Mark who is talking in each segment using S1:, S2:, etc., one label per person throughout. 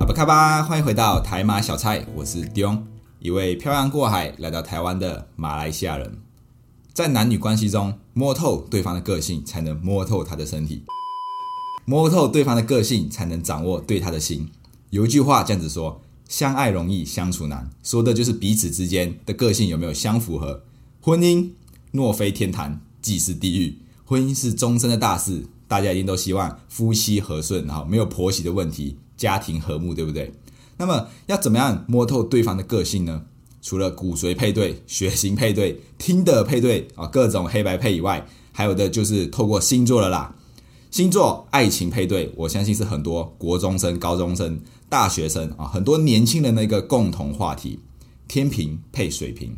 S1: 阿布卡巴，欢迎回到台马小菜，我是 Dion，一位漂洋过海来到台湾的马来西亚人。在男女关系中，摸透对方的个性，才能摸透他的身体；摸透对方的个性，才能掌握对他的心。有一句话这样子说：“相爱容易相处难”，说的就是彼此之间的个性有没有相符合。婚姻若非天堂，即是地狱。婚姻是终身的大事，大家一定都希望夫妻和顺，然后没有婆媳的问题，家庭和睦，对不对？那么要怎么样摸透对方的个性呢？除了骨髓配对、 血型配对、听的配对啊，各种黑白配以外，还有的就是透过星座了啦。星座爱情配对，我相信是很多国中生、高中生、大学生啊，很多年轻人的一个共同话题。天平配水瓶，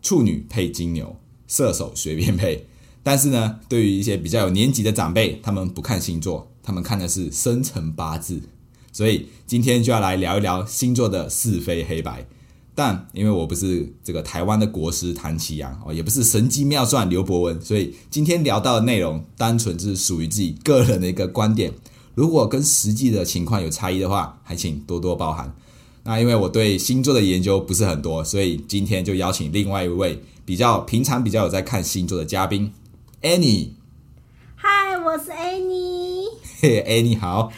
S1: 处女配金牛，射手随便配。但是呢，对于一些比较有年纪的长辈，他们不看星座，他们看的是生辰八字。所以今天就要来聊一聊星座的是非黑白。但因为我不是这个台湾的国师谭其阳哦，也不是神机妙算刘伯温，所以今天聊到的内容单纯是属于自己个人的一个观点。如果跟实际的情况有差异的话，还请多多包涵。那因为我对星座的研究不是很多，所以今天就邀请另外一位比较平常、比较有在看星座的嘉宾 Annie。
S2: 嗨，我是 Annie。
S1: 嘿，Annie 好。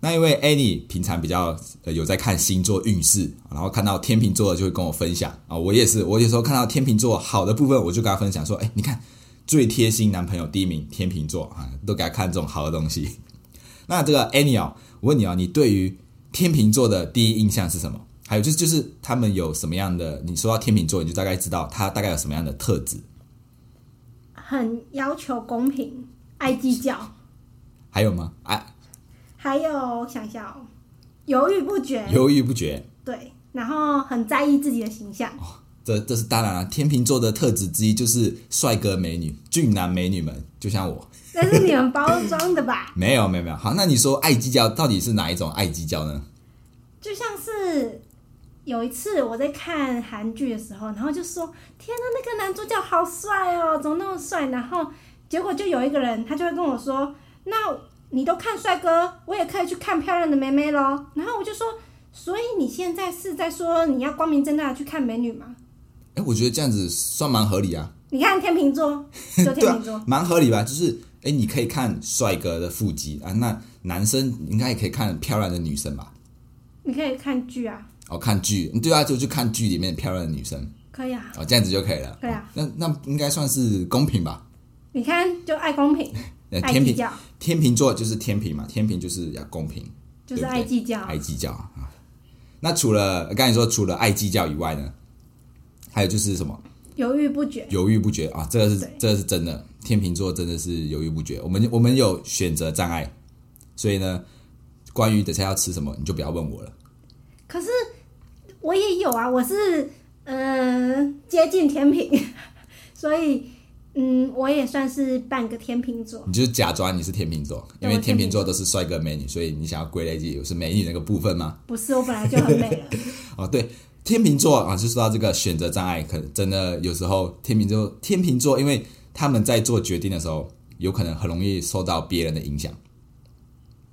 S1: 那因为 Annie 平常比较呃有在看星座运势，然后看到天秤座的就会跟我分享啊、我也是，我有时候看到天秤座好的部分，我就跟他分享说，哎，你看最贴心男朋友第一名天秤座啊，都给他看这种好的东西。 那这个 Annie 哦，我问你哦，你对于天秤座的第一印象是什么？还有就是就是他们有什么样的？你说到天秤座，你就大概知道他大概有什么样的特质，
S2: 很要求公平，爱计较，
S1: 还有吗？啊，
S2: 还有想一下哦，犹豫不决，
S1: 犹豫不决。
S2: 对，然后很在意自己的形象，
S1: 这这是当然了、天秤座的特质之一就是帅哥美女、俊男美女们，就像我。
S2: 这是你们包装的吧？
S1: 没有没有没有，好，那你说爱计较到底是哪一种爱计较呢？
S2: 就像是有一次我在看韩剧的时候，然后就说：“天呐，那个男主角好帅哦，怎么那么帅？”然后结果就有一个人，他就会跟我说：“那你都看帅哥，我也可以去看漂亮的妹妹咯。”然后我就说：“所以你现在是在说你要光明正大的去看美女吗
S1: 哎，我觉得这样子算蛮合理啊，？”
S2: 你看天秤座， 就
S1: 对
S2: 天
S1: 啊
S2: 秤座，，
S1: 蛮合理吧？就是哎，你可以看帅哥的腹肌啊，那男生应该也可以看漂亮的女生吧？
S2: 你可以看剧啊，
S1: 哦，看剧，对啊，就去看剧里面漂亮的女生
S2: 可以啊。
S1: 哦，这样子就可以了。
S2: 对啊
S1: 那那应该算是公平吧？
S2: 你看，就爱公平，
S1: 呃，
S2: 爱
S1: 天
S2: 计
S1: 平
S2: 较，
S1: 天平座就是天平嘛，天平就是要公平。
S2: 就是
S1: 对不对
S2: 爱计较。
S1: 爱计较啊。那除了刚才说除了爱计较以外呢，还有就是什么
S2: 犹豫不决，
S1: 犹豫不决啊，这个是
S2: 对
S1: 这个是真的，天秤座真的是犹豫不决。我们我们有选择障碍，所以呢，关于等下要吃什么，你就不要问我了。
S2: 可是我也有啊，我是嗯、呃接近天平， 所以嗯我也算是半个天秤座。
S1: 你就是假装你是天秤座，因
S2: 对
S1: 为
S2: 我是
S1: 天秤
S2: 天秤
S1: 座都
S2: 座
S1: 是帅哥美女，所以你想要归类自己有是美女那个部分吗？
S2: 不是，我本来就很 美了。
S1: 哦，对，天秤座啊，就说到这个选择障碍，可能真的有时候天秤座，天秤座，因为他们在做决定的时候，有可能很容易受到别人的影响。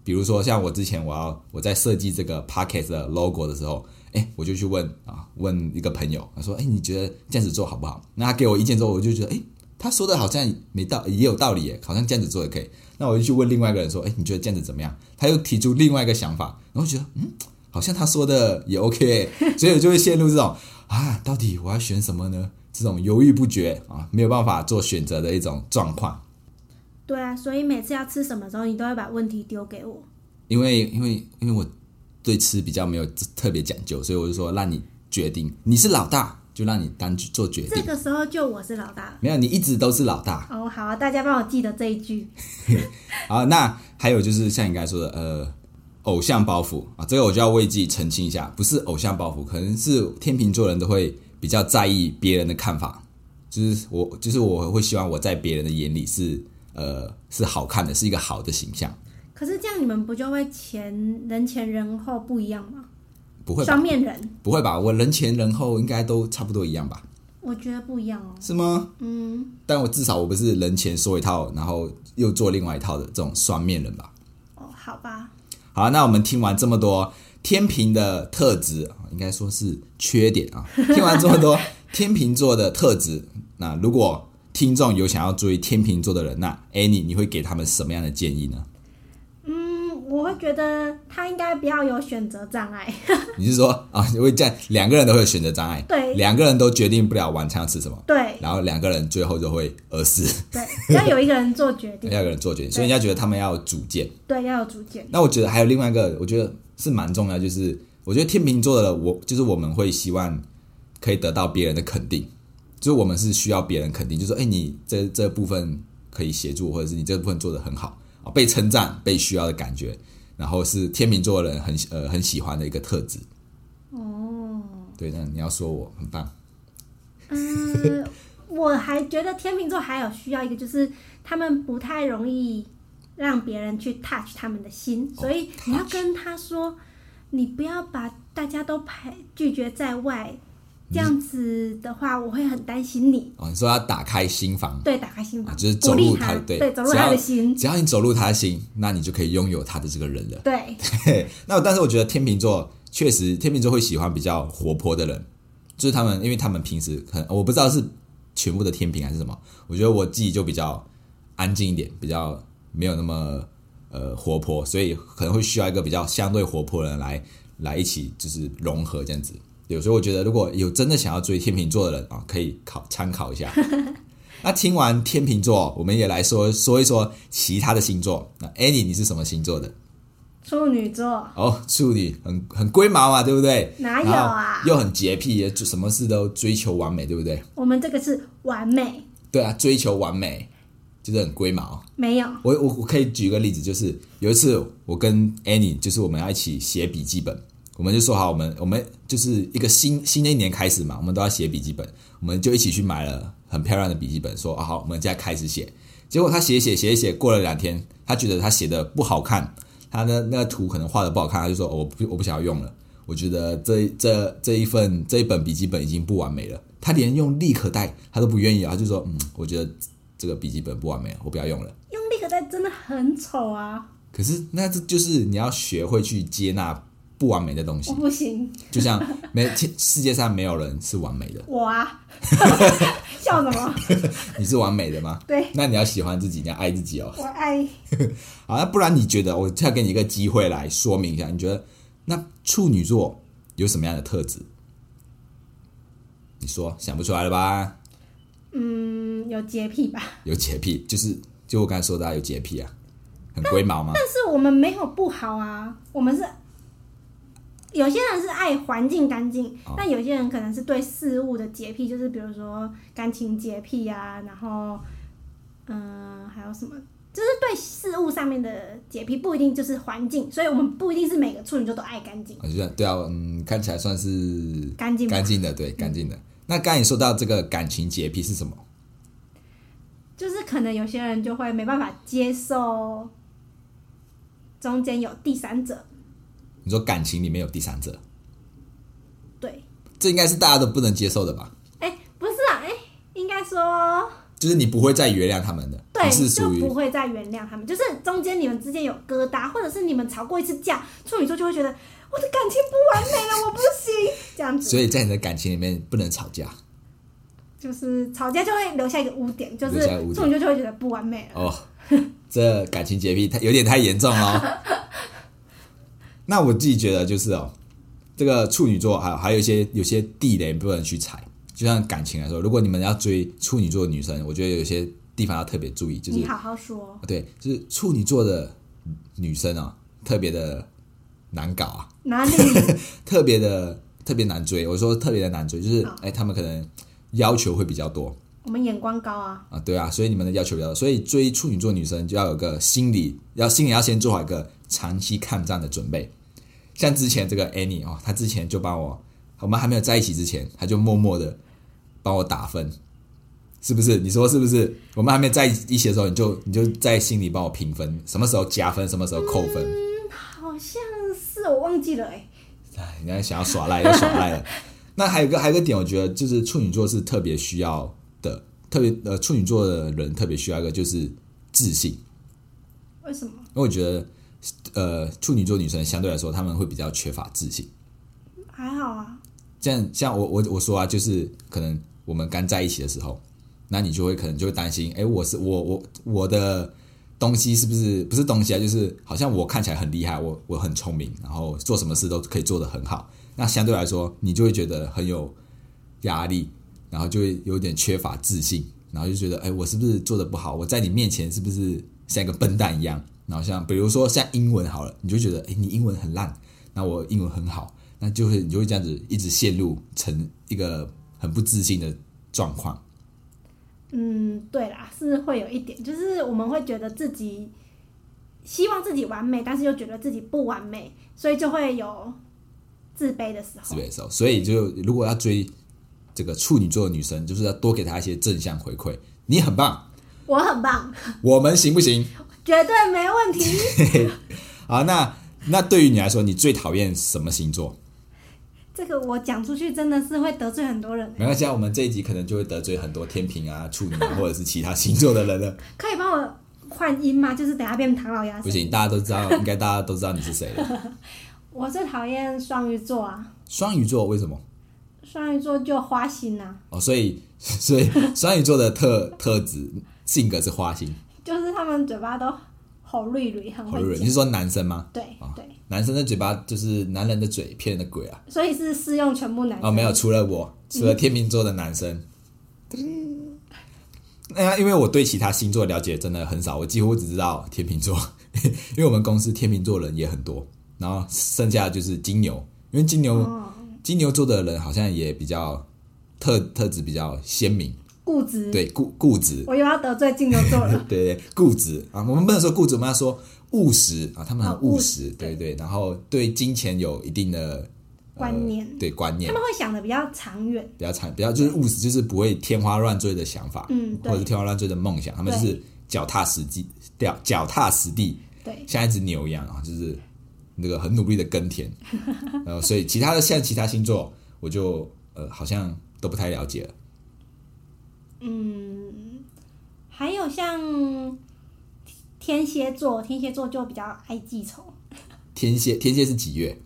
S1: 比如说，像我之前我要我在设计这个 p o c k e t 的 logo 的时候，哎，我就去问啊，问一个朋友，他说，哎，你觉得这样子做好不好？那他给我意见之后，我就觉得，哎，他说的好像没道也有道理耶，好像这样子做也可以。那我就去问另外一个人说，哎，你觉得这样子怎么样？他又提出另外一个想法，然后我觉得，嗯，好像他说的也 OK，所以我就会陷入这种啊，到底我要选什么呢？这种犹豫不决啊，没有办法做选择的一种状况。
S2: 对啊，所以每次要吃什么的时候，你都会把问题丢给我。
S1: 因为因为因为我对吃比较没有特别讲究，所以我就说让你决定，你是老大，就让你单去做决
S2: 这
S1: 定。
S2: 个时候就我是老大了。
S1: 没有，你一直都是老大
S2: 哦，好啊，大家帮我记得这一句。
S1: 啊。那还有就是像你刚才说的，呃，偶像包袱啊，这个我就要为自己澄清一下，不是偶像包袱，可能是天秤座人都会比较在意别人的看法，就是我就是我会希望我在别人的眼里是呃是好看的，是一个好的形象，
S2: 可是这样你们不就会前人前人后不一样吗？
S1: 不会吧？
S2: 双面人，
S1: 不会吧？我人前人后应该都差不多一样吧？
S2: 我觉得不一样哦。
S1: 是吗？
S2: 嗯，
S1: 但我至少我不是人前说一套，然后又做另外一套的这种双面人吧？
S2: 哦，好吧，
S1: 好，那我们听完这么多天平的特质，应该说是缺点啊。听完这么多天秤座的特质，那如果听众有想要注意天秤座的人，那 Annie 你会给他们什么样的建议呢？
S2: 嗯，我会觉得他应该不要有选择障碍。
S1: 你是说啊，因为这样两个人都会有选择障碍，
S2: 对
S1: 两个人都决定不了晚餐要吃什么，
S2: 对
S1: 然后两个人最后就会饿死，
S2: 对， 要有一个人做决 定，
S1: 要有人做决定，所以人家觉得他们要有主见。
S2: 对，要有主见。
S1: 那我觉得还有另外一个，我觉得是蛮重要，就是我觉得天秤座的人我，就是我们会希望可以得到别人的肯定，就是我们是需要别人肯定，就是说，哎、你这这部分可以协助我，或者是你这部分做的很好啊，被称赞、被需要的感觉，然后是天秤座的人很呃很喜欢的一个特质。
S2: 哦，
S1: 对，那你要说我很棒，
S2: 嗯，我还觉得天秤座还有需要一个，就是他们不太容易让别人去 touch 他们的心，
S1: 哦
S2: 所以你要
S1: touch
S2: 跟他说，你不要把大家都排拒绝在外，这样子的话，我会很担心你。
S1: 哦，你说要打开心房。
S2: 对，打开心
S1: 啊，
S2: 房，
S1: 就是
S2: 鼓
S1: 走
S2: 励
S1: 入
S2: 他，
S1: 对，
S2: 走入他的心，
S1: 只要你走入他的心，那你就可以拥有他的这个人了。
S2: 对，
S1: 嘿， 那但是我觉得天秤座确实，天秤座会喜欢比较活泼的人，就是他们，因为他们平时可能我不知道是全部的天平还是什么，我觉得我自己就比较安静一点，比较没有那么呃活泼，所以可能会需要一个比较相对活泼的人来来一起就是融合这样子。有时候我觉得，如果有真的想要追天秤座的人啊，可以考参考一下。那听完天秤座，我们也来说说一说其他的星座。那 Annie，你是什么星座的？
S2: 处女座
S1: 哦，处女很很龟毛啊，对不对？
S2: 哪有啊
S1: 然后又很洁癖，也就什么事都追求完美，对不对？
S2: 我们这个是完美，
S1: 对啊，追求完美就是很龟毛。
S2: 没有，
S1: 我我我可以举一个例子，就是有一次我跟 Annie，就是我们要一起写笔记本，我们就说好，我们我们就是一个新新的一年开始嘛，我们都要写笔记本，我们就一起去买了很漂亮的笔记本，说啊好，我们现在开始写。结果他写一写写一写，过了两天，他觉得他写的不好看，他的那个图可能画的不好看，他就说、哦我不我不想要用了，我觉得这这这一份这一本笔记本已经不完美了。他连用立可带他都不愿意啊，他就说嗯，我觉得这个笔记本不完美，我不要用了。
S2: 用力可带真的很丑啊，
S1: 可是那这就是你要学会去接纳不完美的东西
S2: 我，不行，
S1: 就像没天世界上没有人是完美的，
S2: 我啊， 笑什么？
S1: 你是完美的吗？
S2: 对，
S1: 那你要喜欢自己，你要爱自己哦。
S2: 我爱
S1: 好，那不然你觉得我再给你一个机会来说明一下，你觉得那处女座有什么样的特质？你说想不出来了吧？
S2: 嗯有洁癖吧，
S1: 有洁癖，就是就我刚才说的啊、有洁癖啊，很龟毛 吗？
S2: 但是我们没有不好啊，我们是。有些人是爱环境干净，
S1: 哦
S2: 但有些人可能是对事物的洁癖，就是比如说感情洁癖啊，然后，嗯、还有什么，就是对事物上面的洁癖，不一定就是环境，所以我们不一定是每个处女座都爱干净，
S1: 啊，就像对啊，嗯，看起来算是
S2: 干净吧
S1: 干净的，对，干净的。那刚才你说到这个感情洁癖是什么？
S2: 就是可能有些人就会没办法接受中间有第三者，
S1: 你说感情里面有第三者，
S2: 对，
S1: 这应该是大家都不能接受的吧？
S2: 哎、不是啊，哎、应该说
S1: 就是你不会再原谅他们的，
S2: 对
S1: 你是，
S2: 就
S1: 属于
S2: 不会再原谅他们，就是中间你们之间有疙瘩，或者是你们吵过一次架，处女座就会觉得我的感情不完美了，我不行，这样子，
S1: 所以在你的感情里面不能吵架
S2: 就是吵架就会留下一个污点，就是
S1: 留下污点
S2: 处女座就会觉得不完美了，
S1: 哦。 这感情洁癖太有点太严重了哦。 那我自己觉得就是哦，这个处女座还有还有一些有些地雷不能去踩，就像感情来说，如果你们要追处女座的女生，我觉得有些地方要特别注意，就是
S2: 你好好说，
S1: 对，就是处女座的女生啊，特别的难搞啊。
S2: 哪里
S1: 特别的特别难追。我说特别的难追，就是哎
S2: 哦、
S1: 他们可能要求会比较多，
S2: 我们眼光高啊，
S1: 啊，对啊，所以你们的要求比较多，所以追处女座女生就要有个心理，要心里要先做好一个长期抗战的准备。像之前这个 Annie 哦，她之前就帮我，我们还没有在一起之前，她就默默的帮我打分，是不是？你说是不是？我们还没有在一起的时候，你就你就在心里帮我评分，什么时候加分，什么时候扣分。
S2: 好像是我忘记了哎、
S1: 哎，人家想要耍赖就耍赖了。那还有一个还有一个点，我觉得就是处女座是特别需要的，特别呃处女座的人特别需要一个就是自信，
S2: 为什么？
S1: 因为我觉得呃处女座女生相对来说她们会比较缺乏自信。
S2: 还好啊，
S1: 这样像我我我说啊，就是可能我们刚在一起的时候，那你就会可能就会担心，哎，我是我我我的东西是不是不是东西啊？就是好像我看起来很厉害，我我很聪明，然后做什么事都可以做得很好。那相对来说，你就会觉得很有压力，然后就会有点缺乏自信，然后就觉得，哎，我是不是做的不好？我在你面前是不是像一个笨蛋一样？然后像比如说像英文好了，你就觉得，哎，你英文很烂，那我英文很好，那就会你就会这样子一直陷入成一个很不自信的状况。
S2: 嗯，对啦，是会有一点，就是我们会觉得自己希望自己完美，但是又觉得自己不完美，所以就会有自卑的时
S1: 之
S2: 候
S1: 类。的时候，所以就如果要追这个处女座的女生，就是要多给她一些正向回馈。你很棒，
S2: 我很棒，
S1: 我们行不行？
S2: 绝对没问题。
S1: 好，那那对于你来说，你最讨厌什么星座？
S2: 这个我讲出去真的是会得罪很多人欸，
S1: 没关系啊，我们这一集可能就会得罪很多天平啊、处女啊，或者是其他星座的人了。
S2: 可以帮我换音吗？就是等下变唐老鸭
S1: 不
S2: 声。
S1: 行，大家都知道，应该大家都知道你是谁了。
S2: 我最讨厌双鱼座啊，
S1: 双鱼座为什么？
S2: 双鱼座就花心啊，
S1: 哦，所以 所以双鱼座的特特质性格是花心，
S2: 就是他们嘴巴都吼绿绿，很
S1: 好
S2: 会
S1: 你
S2: 讲。
S1: 是说男生吗？
S2: 对
S1: 啊
S2: 对，
S1: 男生的嘴巴就是男人的嘴，骗人的鬼啊！
S2: 所以是适用全部男生。
S1: 哦，没有，除了我，除了天秤座的男生。
S2: 嗯
S1: 那因为我对其他星座了解真的很少，我几乎只知道天秤座， 因为我们公司天秤座人也很多，然后剩下的就是金牛，因为金牛、
S2: 哦，
S1: 金牛座的人好像也比较特特质比较鲜明，
S2: 固执。
S1: 对固固执，
S2: 我又要得罪金牛座了。
S1: 对对固执啊，我们不能说固执，我们要说务实啊，他们
S2: 哦
S1: 很
S2: 务
S1: 务
S2: 实
S1: 实，对对，然后对金钱有一定的、呃
S2: 观念
S1: 对观念
S2: 他，们会想的比较长远，
S1: 比较惨，比较就是务实，就是不会天花乱坠的想法，
S2: 嗯对
S1: 或者是天花乱坠的梦想，他们就是脚踏实地，脚脚踏实地，
S2: 对，
S1: 像一只牛一样啊，就是那个很努力的耕 田。呃，所以其他的像其他星座，我就呃好像都不太了解了。
S2: 嗯，还有像天蝎座，天蝎座就比较爱记仇。
S1: 天蝎，天蝎是几月？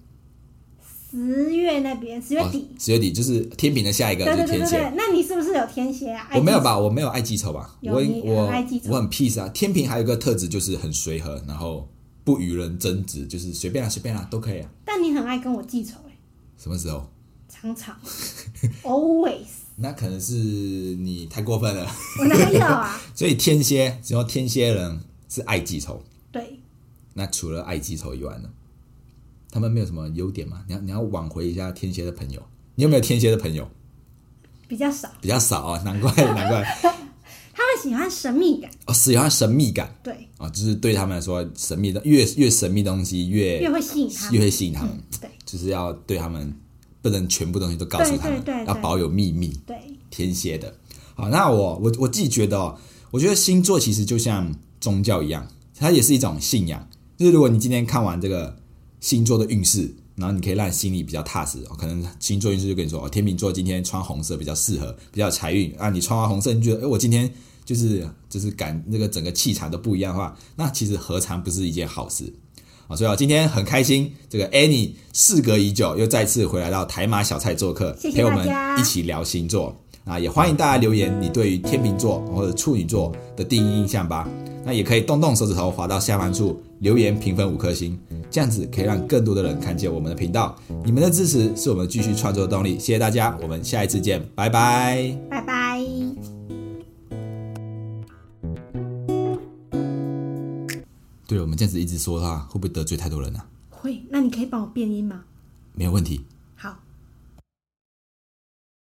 S2: 十月那边，十月底，
S1: 十月底就是天平的下一个
S2: 对
S1: 就是哦
S2: 对
S1: 天
S2: 对对
S1: 蝎。
S2: 对，那你是不是有天蝎啊？
S1: 我没有
S2: 爱记
S1: 吧，我没有爱记仇吧，
S2: 有
S1: 我
S2: 你很
S1: 我
S2: 爱记仇
S1: 我很 peace 啊。天平还有一个特质就是很随和，然后不与人争执，就是随便啦、随便啦、都可以啊。
S2: 仇？但你很爱跟我记仇、欸，
S1: 什么时候？
S2: 常常，always，
S1: 那可能是你太过分了。
S2: 我哪有啊？
S1: 所以天蝎，只要天蝎人是爱记仇。
S2: 对，
S1: 那除了爱记仇以外呢？他们没有什么优点吗？你要你要挽回一下天蝎的朋友。你有没有天蝎的朋友？
S2: 比较少，
S1: 比较少啊，难怪难怪
S2: 他们喜欢神秘感，
S1: 哦，喜欢神秘感
S2: 对，
S1: 啊、哦，就是对他们来说，神秘的越越神秘东西越
S2: 越会吸引他
S1: 越
S2: 们，
S1: 会吸引他们，
S2: 对
S1: 就是要对他们不能全部东西都告诉他们，
S2: 对对对对
S1: 要保有秘密。
S2: 对，
S1: 天蝎的。好，那我我我自己觉得哦，我觉得星座其实就像宗教一样，它也是一种信仰。就是如果你今天看完这个星座的运势，然后你可以让心里比较踏实。哦、可能星座运势就跟你说，哦，天秤座今天穿红色比较适合，比较有财运啊。你穿完红色，你觉得，哎，我今天就是就是感那个整个气场都不一样的话，那其实何尝不是一件好事？啊，所以啊，今天很开心，这个 Annie 事隔已久又再次回来到台马小菜做客，
S2: 谢谢
S1: 陪我
S2: 大
S1: 们
S2: 家
S1: 一起聊星座啊，也欢迎大家留言你对于天秤座或者处女座的第一印象吧。那也可以动动手指头滑到下方处留言评分五颗星，这样子可以让更多的人看见我们的频道。你们的支持是我们继续创作的动力，谢谢大家，我们下一次见，拜拜。
S2: 拜拜。
S1: 对了，我们这样子一直说的话，会不会得罪太多人呢、啊？啊
S2: 会，那你可以帮我变音吗？
S1: 没有问题，